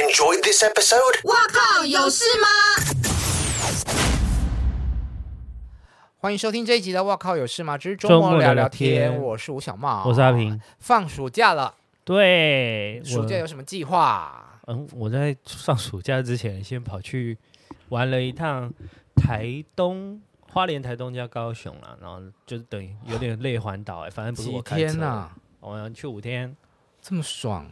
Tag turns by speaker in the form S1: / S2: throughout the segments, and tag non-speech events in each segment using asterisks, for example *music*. S1: enjoyed this episode?
S2: 哇靠，有事吗？
S3: 欢迎收听这一集的《哇靠有事吗》，只是周
S4: 周
S3: 末
S4: 末
S3: 聊
S4: 聊
S3: 聊
S4: 聊
S3: 天。
S4: 天
S3: 我是吴小茂，
S4: 我是阿平。
S3: 放暑假了，
S4: 哦对，
S3: 暑
S4: 我
S3: 假有什么计划？
S4: 嗯，我在上暑假之前先跑去玩了一趟台东、花莲、台东加高雄啦，然后就等于有点累环岛哎、反正不是
S3: 几
S4: 我开
S3: 天
S4: 车，
S3: 呐、
S4: 我要去五天，
S3: 这么爽，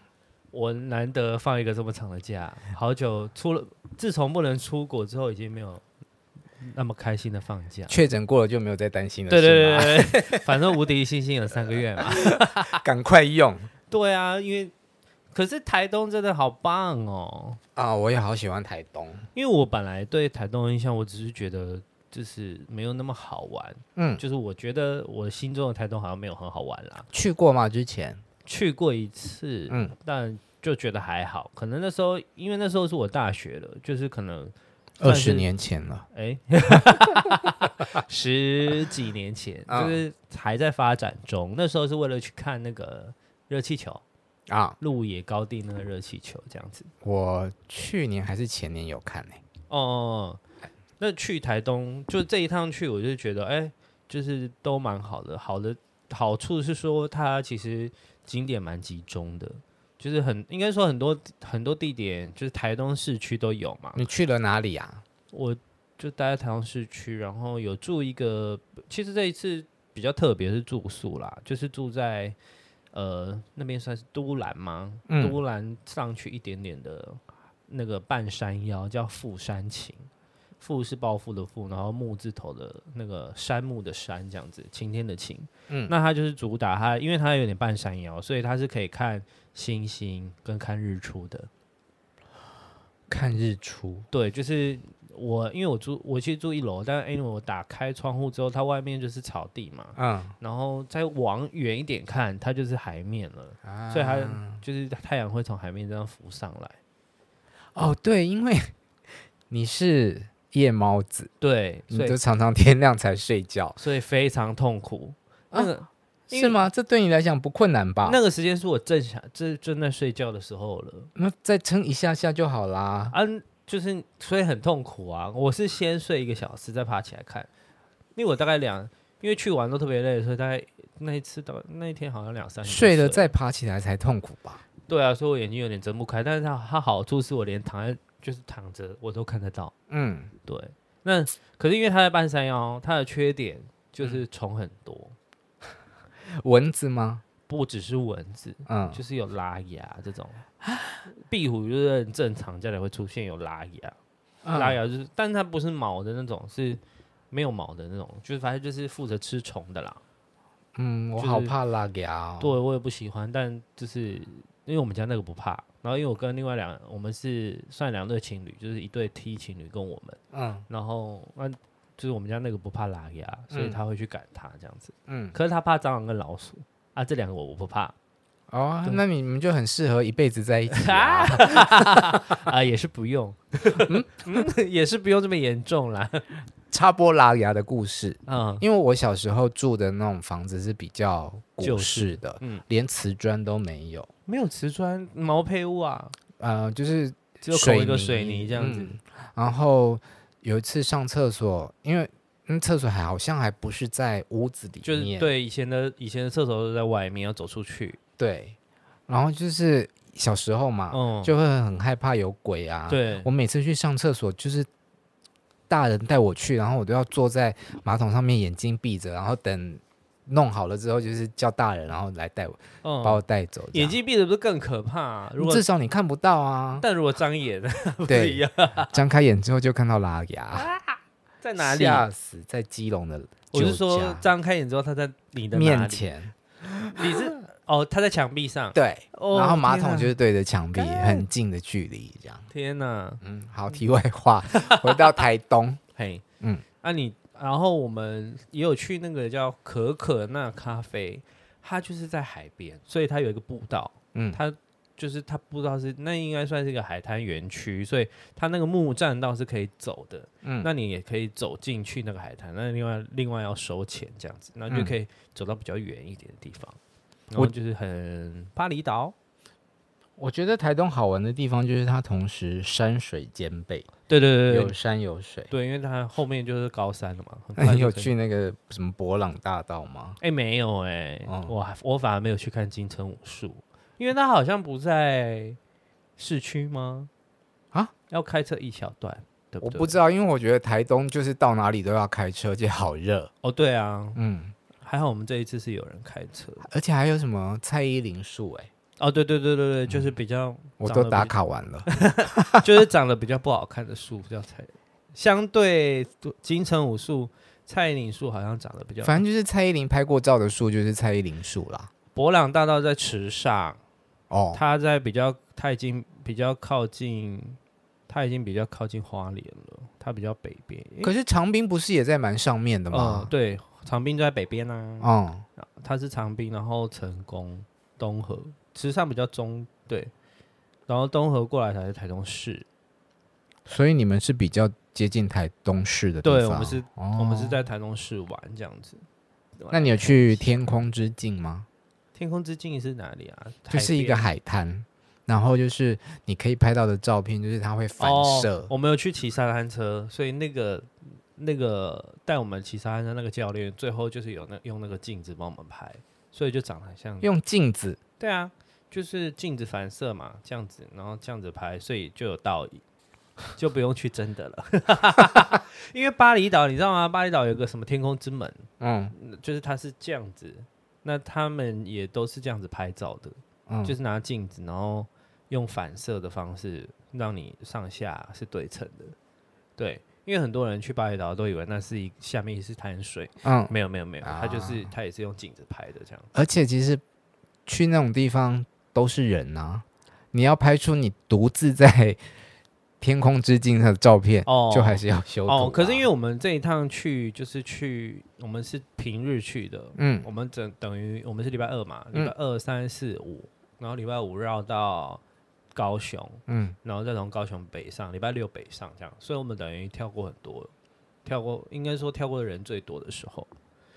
S4: 我难得放一个这么长的假，好久出了，自从不能出国之后，已经没有那么开心的放假。
S3: 确诊过了就没有再担心了，
S4: *laughs* 对对
S3: 是吗，
S4: 对对对，反正无敌星星有三个月嘛。
S3: *laughs* 赶快用
S4: *laughs* 对啊，因为可是台东真的好棒哦，
S3: 啊！我也好喜欢台东，
S4: 因为我本来对台东的印象，我只是觉得就是没有那么好玩，
S3: 嗯，
S4: 就是我觉得我心中的台东好像没有很好玩啦。
S3: 去过吗？之前，
S4: 去过一次，
S3: 嗯，
S4: 但就觉得还好。可能那时候因为那时候是我大学了，就是可能
S3: 二
S4: 算是
S3: 十年前了，
S4: 哎， *laughs* 十几年前
S3: 啊
S4: 就是还在发展中。那时候是为了去看那个热气球，
S3: 啊，
S4: 鹿野高地那个热气球这样子。
S3: 我去年还是前年有看呢、
S4: 哦，那去台东就这一趟去，我就觉得哎、就是都蛮好的。好的好处是说，它其实景点蛮集中的，就是很应该说很多很多地点，就是台东市区都有嘛。
S3: 你去了哪里啊？
S4: 我就待在台东市区，然后有住一个，其实这一次比较特别是住宿啦，就是住在呃那边算是都兰吗？
S3: 嗯
S4: 都兰上去一点点的那个半山腰叫富山晴，富是暴富的富，然后木字头的那个山木的山这样子，晴天的晴。
S3: 嗯
S4: 那它就是主打它，因为它有点半山腰，所以它是可以看星星跟看日出的。
S3: 看日出，
S4: 对，就是我，因为我住我其实住一楼，但是因为我打开窗户之后，它外面就是草地嘛，
S3: 嗯，
S4: 然后再往远一点看，它就是海面了，
S3: 啊
S4: 所以它就是太阳会从海面这样浮上来。
S3: 哦，对，因为你是夜猫子，
S4: 对，
S3: 你
S4: 所
S3: 都
S4: 以
S3: 常常天亮才睡觉，
S4: 所以非常痛苦。那个、
S3: 啊
S4: 因为
S3: 是吗？这对你来讲不困难吧？那
S4: 那个时间是我正想正正在睡觉的时候了，
S3: 那再撑一下下就好啦。
S4: 啊，就是所以很痛苦啊。我是先睡一个小时，再爬起来看，因为我大概两，因为去玩都特别累，所以大概那一次到那一天好像两三点啊就
S3: 睡了
S4: 了
S3: 再爬起来才痛苦吧？
S4: 对啊，所以我眼睛有点睁不开，但是它它好处是我连躺在就是躺着我都看得到。
S3: 嗯，
S4: 对，那可是因为它在半山腰，它的缺点就是虫很多，
S3: 蚊子吗？
S4: 不只是蚊子，
S3: 嗯，
S4: 就是有拉牙这种。壁虎就是很正常，家里会出现有拉牙，拉
S3: 嗯
S4: 牙就是，但是它不是毛的那种，是没有毛的那种，就是反正就是负责吃虫的啦。
S3: 嗯，我
S4: 就是
S3: 好怕拉牙、哦。
S4: 对，我也不喜欢，但就是因为我们家那个不怕，然后因为我跟另外两，我们是算两对情侣，就是一对 T 情侣跟我们，
S3: 嗯
S4: 然后那就是我们家那个不怕拉牙，所以
S3: 嗯
S4: 他会去赶它这样子。
S3: 嗯，
S4: 可是他怕蟑螂跟老鼠啊，这两个我我不怕
S3: 哦，
S4: 对
S3: 那你们就很适合一辈子在一起啊。
S4: 啊，也是不用， *laughs* 嗯， *laughs* 也是不用这么严重啦。
S3: *laughs* 插播拉牙的故事，
S4: 嗯，
S3: 因为我小时候住的那种房子是比较古
S4: 旧
S3: 式
S4: 式
S3: 的，
S4: 嗯
S3: 连瓷砖都没有，
S4: 没有瓷砖毛坯屋啊，
S3: 呃，就是
S4: 只有
S3: 水
S4: 口一个水
S3: 泥
S4: 泥这样子。
S3: 嗯然后有一次上厕所，因为嗯，厕所还好像还不是在屋子里面，
S4: 就是对以前的以前的厕所都在外面，要走出去。
S3: 对然后就是小时候嘛，
S4: 嗯，
S3: 就会很害怕有鬼啊。，
S4: 对
S3: 我，每次去上厕所就是。大人带我去，然后我都要坐在马桶上面，眼睛闭着，然后等弄好了之后，就是叫大人，然后来带我，
S4: 嗯
S3: 把我带走。这样
S4: 眼睛闭着不是更可怕、啊如果，
S3: 至少你看不到啊
S4: 但如果张眼， *laughs* 不
S3: 对
S4: 一样，
S3: 张开眼之后就看到拉牙，
S4: 在哪里？啊
S3: 吓死！在基隆的
S4: 我是
S3: 旧
S4: 说
S3: 家
S4: 张开眼之后，他在你的哪里
S3: 面，前，
S4: 你是哦，他在墙壁上，
S3: 对，
S4: 哦、
S3: *laughs* 然后马
S4: 天
S3: 桶
S4: 哪
S3: 就是对着墙壁，很近的距离，这样。
S4: 天哪，
S3: 嗯，好，题外话， *laughs* 回到台东，
S4: 嘿，
S3: 嗯
S4: 嗯，啊你，然后我们也有去那个叫可可那咖啡，它就是在海边，所以它有一个步道，
S3: 嗯
S4: 它就是它步道是那应该算是一个海滩园区，所以它那个木栈道是可以走的，
S3: 嗯
S4: 嗯，那你也可以走进去那个海滩，那另外另外要收钱这样子，那你就
S3: 嗯
S4: 可以走到比较远一点的地方，然
S3: 我
S4: 后就是很巴厘岛。
S3: 我觉得台东好玩的地方就是它同时山水兼备，
S4: 对对对对
S3: 有山有水。
S4: 对，因为它后面就是高山了嘛。很
S3: 那
S4: 快
S3: 你
S4: 就
S3: 有
S4: 可以？
S3: 去那个什么博朗大道吗？
S4: 哎、没有哎、
S3: 哦
S4: 我还我反而没有去看金城武术，因为它好像不在市区吗？
S3: 啊，
S4: 要开车一小段，对
S3: 我
S4: 对？
S3: 不知道，因为我觉得台东就是到哪里都要开车，而且好热。
S4: 哦，对啊，
S3: 嗯，
S4: 还好我们这一次是有人开车。
S3: 而且还有什么蔡依林树，哎，
S4: 哦，对对对对对，就是
S3: 嗯
S4: 比较 *laughs*
S3: 我
S4: 长
S3: 都
S4: 得
S3: 打
S4: 比
S3: 卡完了。
S4: 就是长得比较不好看的树，比较菜。相对金城武树、蔡依林树好像长得比较。
S3: 反正就是蔡依林拍过照的树，就是蔡依林树啦。
S4: 博朗大道在池上，
S3: 哦，
S4: 它在比较，它已经比较靠近，它已经比较靠近花莲了，它比较北边。
S3: 可是长滨不是也在蛮上面的
S4: 哦
S3: 吗？，
S4: 对，长滨就在北边啦、
S3: 嗯，
S4: 它是长滨，然后成功、东河、池上比较中，对，然后东河过来才是台东市。
S3: 所以你们是比较接近台东市的地方。
S4: 对，我们是，
S3: 哦
S4: 我们是。在台东市玩这样子。
S3: 那你有去天空之境吗？
S4: 天空之境是哪里啊？
S3: 就是一个
S4: 海
S3: 海滩，然后就是你可以拍到的照片，就是它会反
S4: 边
S3: 射
S4: 哦。。我们有去骑沙滩车，所以那个那个带我们骑沙滩车那个教练，最后就是有那用那个镜子帮我们拍，所以就长得很像。
S3: 用镜子，
S4: 对啊，就是镜子反射嘛，这样子，然后这样子拍，所以就有倒影。就不用去真的了， *laughs* 因为巴厘岛你知道吗？巴厘岛有个什么天空之门，
S3: 嗯
S4: 就是它是这样子，那他们也都是这样子拍照的，
S3: 嗯，
S4: 就是拿镜子，然后用反射的方式让你上下是对称的。对，因为很多人去巴厘岛都以为那是一下面是滩水，
S3: 嗯，
S4: 没有没有没有，
S3: 啊
S4: 它就是它也是用镜子拍的这样。
S3: 而且其实去那种地方都是人啊，你要拍出你独自在天空之境的照片，
S4: 哦
S3: 就还是要修图啊、
S4: 哦，可是因为我们这一趟去就是去，我们是平日去的，
S3: 嗯
S4: 我们等等于我们是礼拜二嘛，礼拜二、三、四、五，然后礼拜五绕到高雄，
S3: 嗯，
S4: 然后再从高雄北上，礼拜六北上这样，所以我们等于跳过很多，跳过应该说跳过的人最多的时候。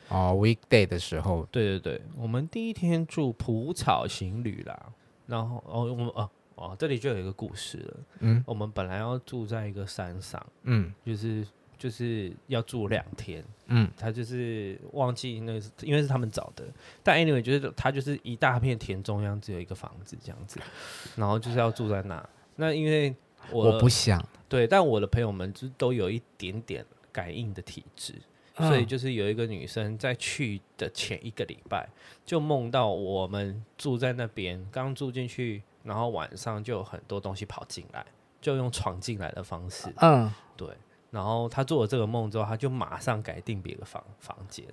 S3: 哦，weekday 的时候，
S4: 对对对，我们第一天住蒲草行旅啦，然后哦我们哦哦这里就有一个故事了，
S3: 嗯
S4: 我们本来要住在一个山上，
S3: 嗯
S4: 就是就是要住两天，
S3: 嗯，
S4: 他就是忘记那个是，因为是他们找的。但 anyway，就是他就是一大片田中央只有一个房子这样子，然后就是要住在那。那因为我
S3: 我不想，
S4: 对，但我的朋友们就都有一点点感应的体质，所以
S3: 嗯
S4: 就是有一个女生在去的前一个礼拜就梦到我们住在那边，刚住进去，然后晚上就有很多东西跑进来，就用闯进来的方式，
S3: 嗯，
S4: 对。然后她做了这个梦之后，她就马上改定别个房房间，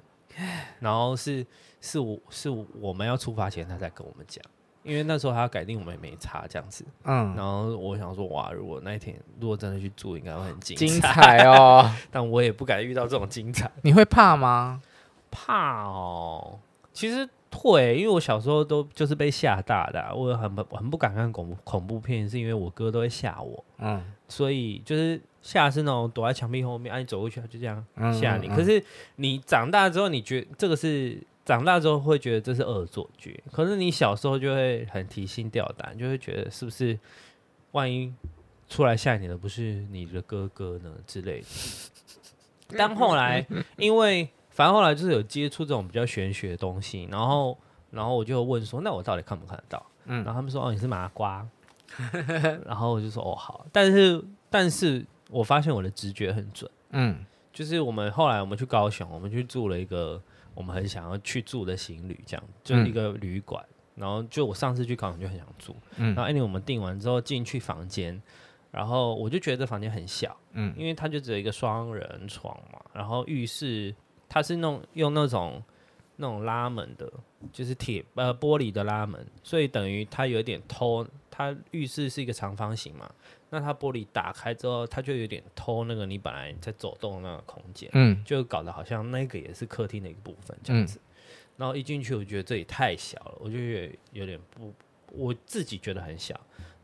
S4: 然后是是我是我们要出发前她才跟我们讲，因为那时候她改定我们也没差这样子，
S3: 嗯，
S4: 然后我想说，哇，如果那一天如果真的去住，应该会很精彩。
S3: 嗯精彩哦！
S4: *laughs* 但我也不敢遇到这种精彩，
S3: 你会怕吗？
S4: 怕哦。其实会，因为我小时候都就是被吓大的啊、我很不很不敢看恐怖恐怖片，是因为我哥都会吓我，
S3: 嗯，
S4: 所以就是吓是那种躲在墙壁后面，啊，你走过去他就这样
S3: 嗯
S4: 吓你。
S3: 嗯
S4: 可是你长大之后，你觉这个是长大之后会觉得这是恶作剧，可是你小时候就会很提心吊胆，就会觉得是不是万一出来吓你的不是你的哥哥呢之类的。但后来因为反正后来就是有接触这种比较玄学的东西，然后然后我就问说，那我到底看不看得到？嗯，然后他们说，哦，你是麻瓜， *laughs* 然后我就说，哦，好，但是但是我发现我的直觉很准。
S3: 嗯
S4: 就是我们后来我们去高雄，我们去住了一个我们很想要去住的行旅，这样就是一个旅馆。然后就我上次去高雄就很想住，
S3: 嗯
S4: 然后 anyway 我们订完之后进去房间，然后我就觉得这房间很小，
S3: 嗯
S4: 因为它就只有一个双人床嘛，然后浴室它是弄用那种那种拉门的，就是铁呃玻璃的拉门，所以等于它有一点偷，它浴室是一个长方形嘛，那它玻璃打开之后，它就有点偷那个你本来在走动的那个空间，
S3: 嗯
S4: 就搞得好像那个也是客厅的一个部分这样子。然后一进去，我觉得这里太小了，我就觉得有点不，我自己觉得很小。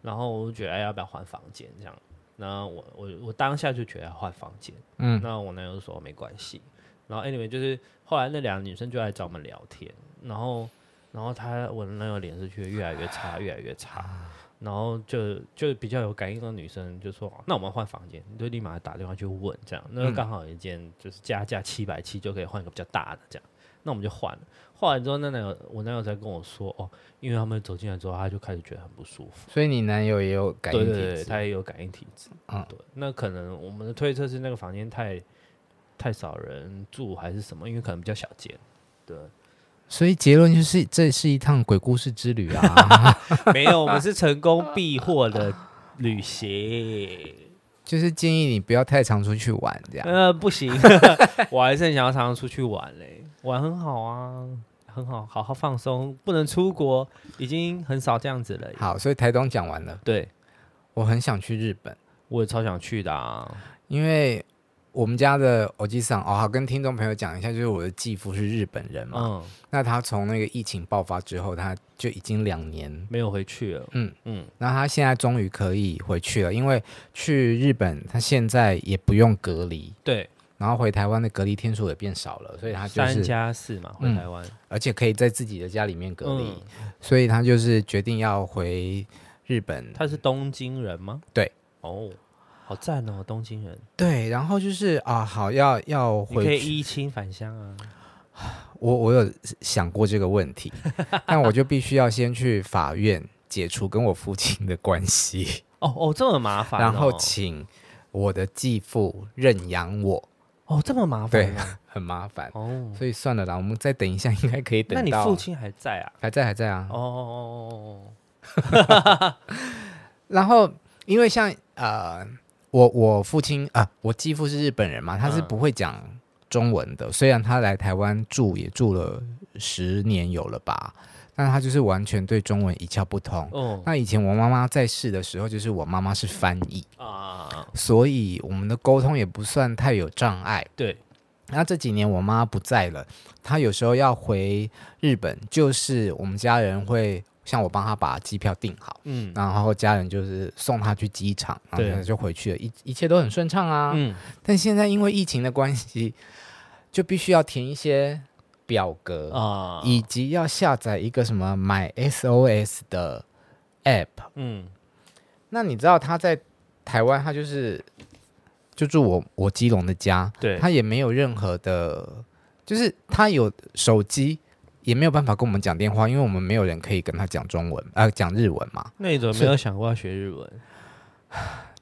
S4: 然后我就觉得，哎，要不要换房间这样？那我我我当下就觉得要换房间。
S3: 嗯
S4: 那我男友就说没关系。然后 anyway 就是后来那两个女生就来找我们
S3: 啊
S4: 聊天，然后然后她我的男友脸色却越来越差，越来越差。然后就就比较有感应的女生就说，那我们换房间，你就立马打电话去问，这样，那
S3: 嗯
S4: 刚好有一间就是加价七百七就可以换一个比较大的这样，那我们就换了。换完之后，那男友我男友才跟我说，哦，因为他们走进来之后，他就开始觉得很不舒服，
S3: 所以你男友也有感应
S4: 对
S3: 体
S4: 对对，
S3: 质
S4: 他也有感应体质，
S3: 嗯
S4: 对，那可能我们的推测是那个房间太太少人住还是什么，因为可能比较小间，对，
S3: 所以结论就是这是一趟鬼故事之旅
S4: *laughs*
S3: 啊，
S4: 没有，我们是成功避祸的旅行。
S3: *laughs* 就是建议你不要太常出去玩这样。
S4: 呃，不
S3: *laughs*
S4: 行，我还是很想要常常出去玩嘞，玩很好啊，很好，好好放松，不能出国，已经很少这样子了。
S3: 好，所以台东讲完了，
S4: 对，
S3: 我很想去日本，
S4: 我也超想去的、啊，
S3: 因为我们家的欧吉桑哦，好跟听众朋友讲一下，就是我的继父是日本人嘛，
S4: 嗯，
S3: 那他从那个疫情爆发之后，他就已经两年
S4: 没有回去了，
S3: 嗯
S4: 嗯，
S3: 然后他现在终于可以回去了，因为去日本他现在也不用隔离，
S4: 对，
S3: 然后回台湾的隔离天数也变少了，所以他就
S4: 三
S3: 是
S4: 加四嘛，回
S3: 嗯
S4: 台湾，
S3: 而且可以在自己的家里面隔离，
S4: 嗯
S3: 所以他就是决定要回日本。
S4: 他是东京人吗？
S3: 对，
S4: 哦，好赞哦，东京人，
S3: 对，然后就是啊，好要要
S4: 你可
S3: 回
S4: 以
S3: 去，
S4: 依亲返乡啊，
S3: 我我有想过这个问
S4: *laughs*
S3: 题，但我就必须要先去法院解除跟我父亲的关系，
S4: 哦哦，这么麻 *laughs* 烦哦、
S3: 然后请我的继父认养我，
S4: 哦这么麻
S3: 对
S4: 烦哦、，
S3: 很麻烦。
S4: 哦，
S3: 所以算了啦，我们再等一下， *laughs* 应该可 *laughs* 以等
S4: 那
S3: 到。
S4: 你父亲还在啊？
S3: 还在还在啊？
S4: 哦哦哦
S3: 然后因为像呃，我我父亲啊、我继父是日本人嘛，他是
S4: 嗯
S3: 不会讲中文的。虽然他来台湾住也住了十年有了吧，但他就是完全对中文一窍不通
S4: 哦。哦
S3: 那以前我妈妈在世的时候，就是我妈妈是翻译，
S4: 哦啊，
S3: 所以我们的沟通也不算太有障碍。
S4: 对，
S3: 那这几年我妈不在了，她有时候要回日本，就是我们家人会像我帮她把机票订好，
S4: 嗯
S3: 然后家人就是送她去机场，然
S4: 对
S3: 后她就回去了，一一切都很顺畅啊。
S4: 嗯，
S3: 但现在因为疫情的关系，就必须要填一些表格，
S4: 啊，
S3: 以及要下载一个什么买 SOS 的 app。
S4: 嗯
S3: 那你知道她在台湾，她就是就住我我基隆的家，
S4: 对，
S3: 他也没有任何的，就是他有手机，也没有办法跟我们讲电话，因为我们没有人可以跟他讲中文，呃，讲日文嘛。
S4: 那你怎么没有想过要学日文？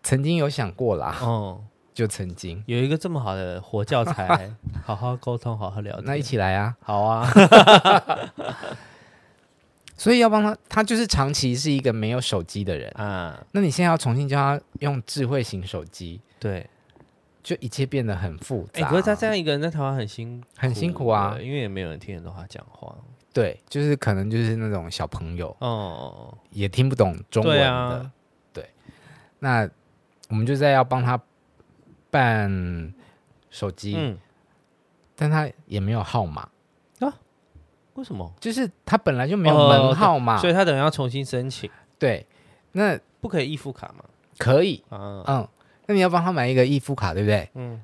S3: 曾经有想过啦，
S4: 哦，
S3: 就曾经。
S4: 有一个这么好的活教材，
S3: *laughs*
S4: 好好沟通，好好聊天，
S3: 那一起来啊！
S4: 好啊，
S3: 所以要帮他，他就是长期是一个没有手机的人。
S4: 啊，
S3: 那你现在要重新教他用智慧型手机， *laughs*
S4: 对，
S3: 就一切变得很复
S4: 哎，
S3: 杂。
S4: 可是他这样一个人在台湾很辛
S3: 很辛苦啊
S4: 的因为也没有人听得懂他讲话，
S3: 对，就是可能就是那种小朋友
S4: 哦，
S3: 也听不懂中文
S4: 对
S3: 的，
S4: 啊，
S3: 那我们就在要帮他办手机，
S4: 嗯，
S3: 但他也没有号码，
S4: 为什么？
S3: 就是他本来就没有
S4: 哦
S3: 门号码，
S4: 所以他等于要重新申请，
S3: 对，那
S4: 不可以预付卡嘛？
S3: 可以，
S4: 啊，
S3: 嗯，那你要帮他买一个易付卡，对不对？
S4: 嗯，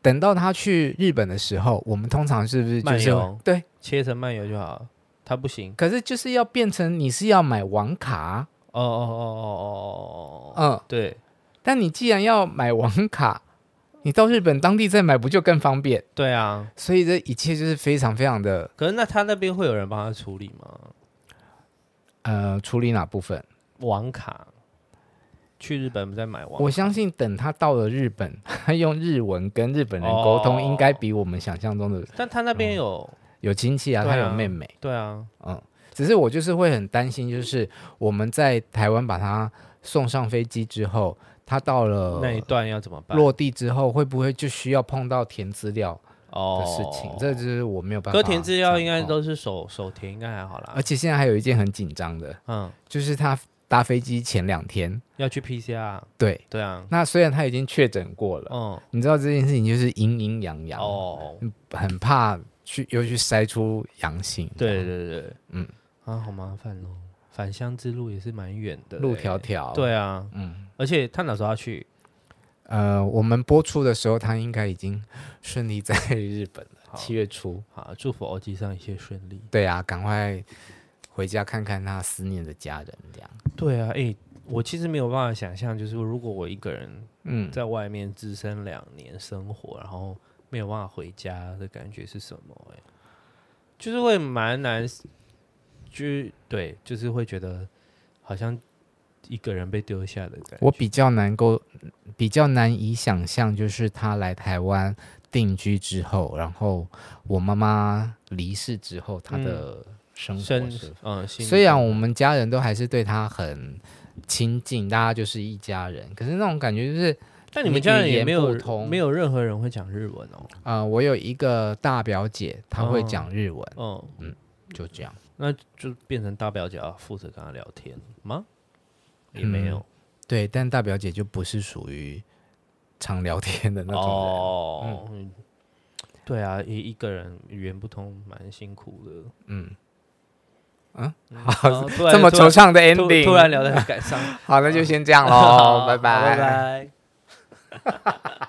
S3: 等到他去日本的时候，我们通常是不是就
S4: 漫
S3: 是
S4: 游
S3: 对？
S4: 切成漫游就好了，他不行。
S3: 可是就是要变成你是要买网卡，
S4: 哦哦哦哦哦哦哦，
S3: 嗯，
S4: 对
S3: 但你既然要买网卡，你到日本当地再买不就更方便？
S4: 对啊，
S3: 所以这一切就是非常非常的
S4: 可是那他那边会有人帮他处理吗？
S3: 呃处理哪部分？
S4: 网卡，去日本不再买网卡，
S3: 我相信等他到了日本， *laughs* 他用日文跟日本人沟通，
S4: 哦
S3: 应该比我们想象中的
S4: 但他那边有，
S3: 有亲戚啊，
S4: 对啊
S3: 他有妹妹，
S4: 对啊，
S3: 嗯，只是我就是会很担心，就是我们在台湾把他送上飞机之后，他到了
S4: 那一段要怎么办？
S3: 落地之后，会不会就需要碰到填资料
S4: 哦
S3: 的事情？这就是我没有办法。
S4: 哥填资料应该，都是手手填，应该还好啦
S3: 而。且现在还有一件很紧张的，
S4: 嗯，
S3: 就是他搭飞机前两天，
S4: 要去 PCR，
S3: 对，
S4: 对啊，
S3: 那虽然他已经确诊过了，
S4: 嗯，
S3: 你知道这件事情就是阴阴阳阳，
S4: 哦，
S3: 很怕去又去筛出阳性，
S4: 对对对对，
S3: 嗯
S4: 嗯，啊，好麻烦哦，返乡之路也是蛮远的欸，
S3: 路迢迢，，
S4: 对啊，
S3: 嗯。
S4: 而且他哪时候要去？
S3: 呃，我们播出的时候，他应该已经顺利在日本了，*laughs*
S4: 好
S3: 七月初。
S4: 啊好，祝福欧吉上一切顺利。
S3: 对啊，赶快回家看看他思念的家人这样。
S4: 对啊，诶，我其实没有办法想象，就是如果我一个人
S3: 嗯，
S4: 在外面只身两年生活，然后没有办法回家的感觉是什么、欸？就是会蛮难，就是对，就是会觉得好像一个人被丢下的感觉。
S3: 我比较难够，比较难以想象，就是他来台湾定居之后，然后我妈妈离世之后，他的生活
S4: 生
S3: 是。
S4: 嗯，心理
S3: 虽然我们家人都还是对他很亲近，大家就是一家人，可是那种感觉就是，
S4: 但你们家人
S3: 语言
S4: 也没有
S3: 不通
S4: 没有任何人会讲日文哦。
S3: 呃，我有一个大表姐，她会
S4: 哦
S3: 讲日文，
S4: 嗯，
S3: 就这样。
S4: 那就变成大表姐要负责跟他聊天吗？
S3: 嗯
S4: 也没有、
S3: 对，但大表姐就不是属于常聊天的那种人。 *laughs*
S4: 哦。嗯对啊，一一个人语言不通，蛮辛苦的。
S3: 嗯，啊
S4: 好，突然
S3: 这么
S4: 突然
S3: 惆怅的
S4: 突
S3: ending，
S4: 突然聊得很感伤。
S3: *laughs*
S4: *laughs*
S3: 好，那就先这样
S4: 好
S3: 喽，拜
S4: 拜拜。